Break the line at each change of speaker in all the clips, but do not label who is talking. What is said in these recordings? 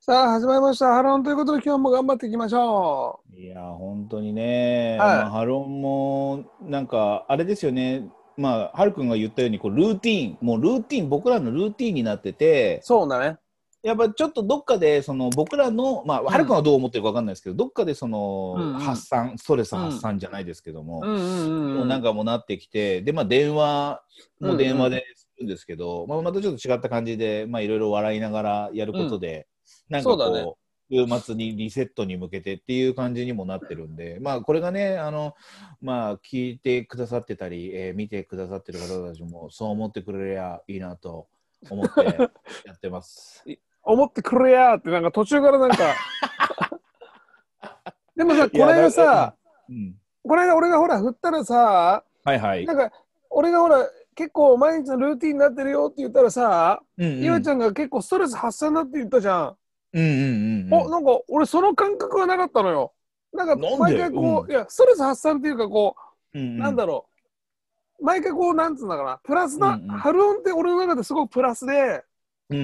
さあ、始まりました。ハロンということで、今日も頑張っていきましょ
いやー、本当にね、
はい
まあハロンも、なんか、あれですよね、まあ、ハルくんが言ったように、こうルーティーン、もうルーティーン、僕らのルーティーンになってて
う。、そうだね。
やっぱちょっとどっかで、その僕らの、まあ、ハルくんはどう思ってるか分かんないですけど、どっかでその、
うんうん
発散、ストレス発散じゃないですけども、
うんうん
もうなん
か、
かもうなってきて、で、まあ、電話
うんう
も
ん
電話でするんですけど、まあ、またちょっと違った感じで、まあ、いろいろ笑いながらやることで、なんかこ
そう
う
だね
週末にリセットに向けてっていう感じにもなってるんで、まあ、これがね、あの、まあ、聞いてくださってたり、えー見てくださってる方たちも、そう思ってくれりゃいいなと 思ってやってます。
思ってくれやーって、なんか途中からなん か。でもさ、こ
いや
の間さ、、
うん、
この間俺がほら、振ったらさ、
はいはい
な。んか、俺がほら、結構毎日のルーティンになってるよって言ったらさ、
うんうん
ゆうちゃんが結構ストレス発散だって言ったじゃん。
うんうんうん
お
うん。
なんか俺その感覚はなかったのよ。なんか
なんで
毎回こう、
うん
いやストレス発散っていうかこ
うんう
う、
ん
なんだろう毎回こうなんつうんだかなプラスな、
うんうん
春音って俺の中ですごくプラスで
うんう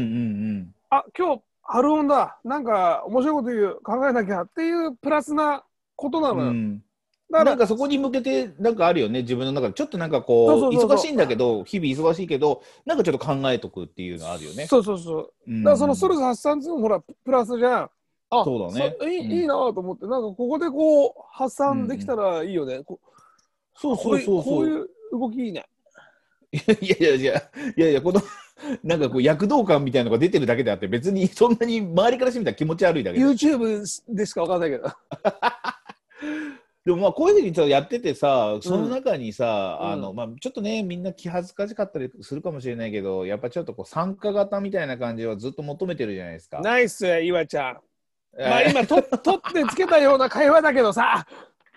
ん
あ今日春音だなんか面白いこと言う考えなきゃっていうプラスなことな
うん。
のよ。
うん
だから
なんかそこに向けてなんかあるよね自分の中でちょっとなんかこう
そうそうそうそう
忙しいんだけど日々忙しいけどなんかちょっと考えとくっていうのあるよね。
そうそうそう。だからそのストレス発散っていうのもほらプラスじゃん。あ
そうだね
いい,、
うん
いいなと思ってなんかここでこう発散できたらいいよね。こ
そう
こ
そうう
い
そう
こ
そうう
いう動きいいね。
いやいやいやいやいやこのなんかこう躍動感みたいなのが出てるだけであって別にそんなに周りからしてみたら気持ち悪いだけで
YouTube でしかわかんないけど。
でもまあこういうふうにさやっててさその中にさ、
うん
あのまあ、ちょっとねみんな気恥ずかしかったりするかもしれないけどやっぱちょっとこう参加型みたいな感じはずっと求めてるじゃないですか。
ナイス岩ちゃん。
えー
まあ今と取ってつけたような会話だけどさ、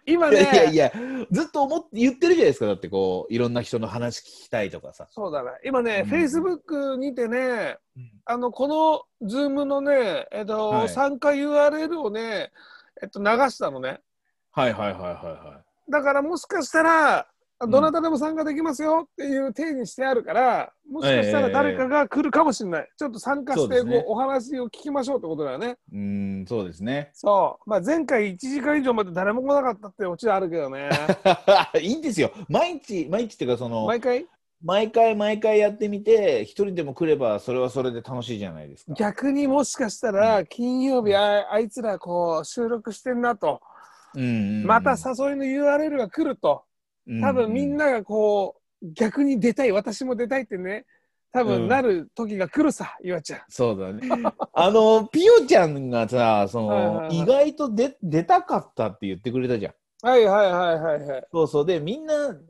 今
い
ね、
やいやいや、ずっと思って言ってるじゃないですか、だってこう、いろんな人の話聞きたいとかさ。
そうだね。今ね、
うん
Facebook にてね
うん、
あのこの Zoom のね、えっと、
はい
参加 URL をね、えっと流したのね。
はいはいはいはいは
だからもしかしたら
うん
どなたでも参加できますよっていう体にしてあるから、もしかしたら誰かが来るかもしれない。ちょっと参加
そ
し
う
て
で
こう
すね
お話を聞きましょうってことだよね。
い。うーん、そうですね。
そう。まあ前回1時間以上まで誰も来なかったってオチはあるけど ね。
いいんですよ。毎日、毎日っていうか、その、
毎回
毎回毎回やってみて、一人でも来れば、それはそれで楽しいじゃないですか。
逆にもしかしたら金曜日ああいつらこう収録してんなと、
うんうんうん
また、誘いの URL が来ると多分みん
な、
ながこう逆に出たい私も出たいってね多分なる時が来るさ、岩ちゃん。
そうだね。 あの、ピヨちゃんがさ、その、
はいはいはい
意外と出出たかったって言ってくれたじゃん。
はいはいはいはいはい。
そうそう。で、みんな、ね、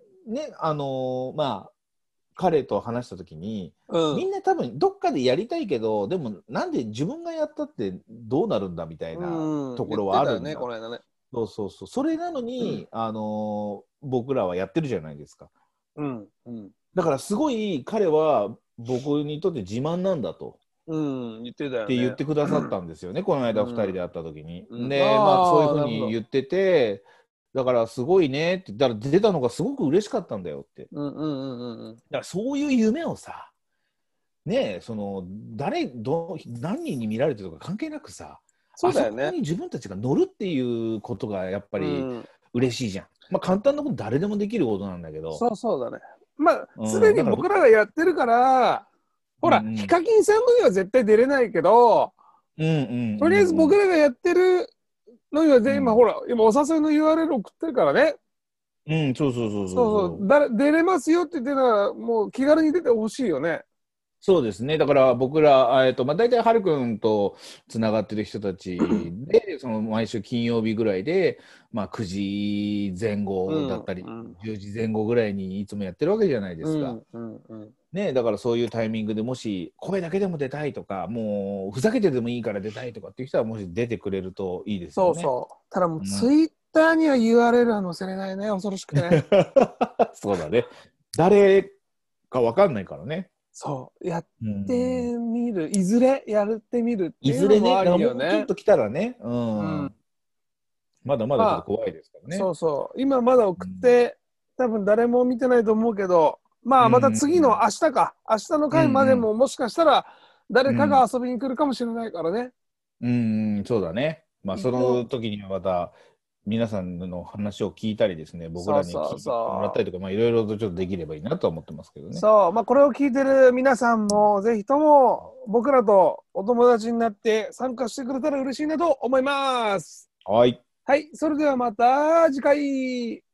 あのまあ、彼と話したときに、
うん、
みんな多分どっかでやりたいけどでもなんで自分がやったってどうなるんだみたいな、
うん
ところはあるんだ
言ってたよねこの間ね。
そうそうそうそれなのに、あのー僕らはやってるじゃないですか
うんうん
だからすごい彼は僕にとって自慢なんだと、
うん、言ってたよね。
って言ってくださったんですよね、この間2人で会った時に、
うん
で、
あー
まあそういう
なる
ふ
ほ
う
ど
に言っててだからすごいねってだから出たのがすごく嬉しかったんだよって
うんうんうんうんうん。
だからそういう夢をさねえその誰ど何人に見られてるとか関係なくさ
そうだよね。
あそこに自分たちが乗るっていうことがやっぱ
う
り
ん
嬉しいじゃん。まあ簡単なこと誰でもできることなんだけど。
そうそうだね。まあ
う、ん
すでに僕らがやってるから、ほら、
うんうん
ヒカキンさんのには絶対出れないけど、
うんうんうん
とりあえず僕らがやってるのには全員、
うん
今ほら、今お誘いの URL 送ってるからね、
うん、そうそうそうそう
そうそうだ出れますよって言ってたら、もう気軽に出てほしいよね。
そうですね。だから僕ら、あえっと、まあ大体はるくんとつながってる人 たちで、その毎週金曜日ぐらいで、まあ9時前後だったり、
うん
10時前後ぐらいにいつもやってるわけじゃないですか。
うんうん
ね、だからそういうタイミングでもし声だけでも出たいとかもうふざけてでもいいから出たいとかっていう人はもし出てくれるといいです
そ
よ
う
ね。
そう。ただもう、
うん
ツイッターには URL は載せれないね、恐ろしく ね。
そうだね。誰かわかんないからね。
そう、やっ
うん
てみる、いずれやってみるって
い
い
ず
う
れ
の
ね、
もあ
だから
る
も
よ
うちょっ
ね。
と来たらね、うん
うん
まだまだちょっと怖いですからね。
そうそう今まだ送って、多分誰も見てないと思うけどまあ
うん
また次の明日か、明日の回までももしかしたら誰かが遊びに来るかもしれないからね、
うん、そうだね。まあ、
うん
その時にはまた、皆さんの話を聞いたりですね、僕らに
そうそう
聞いて
そう
もらったりとか、まあ、いろいろとちょっとできればいいなとは思ってますけどね。
そう、まあ、これを聞いてる皆さんも、ぜひとも僕らとお友達になって参加してくれたら嬉しいなと思います。
はい。
はい、それではまた次回。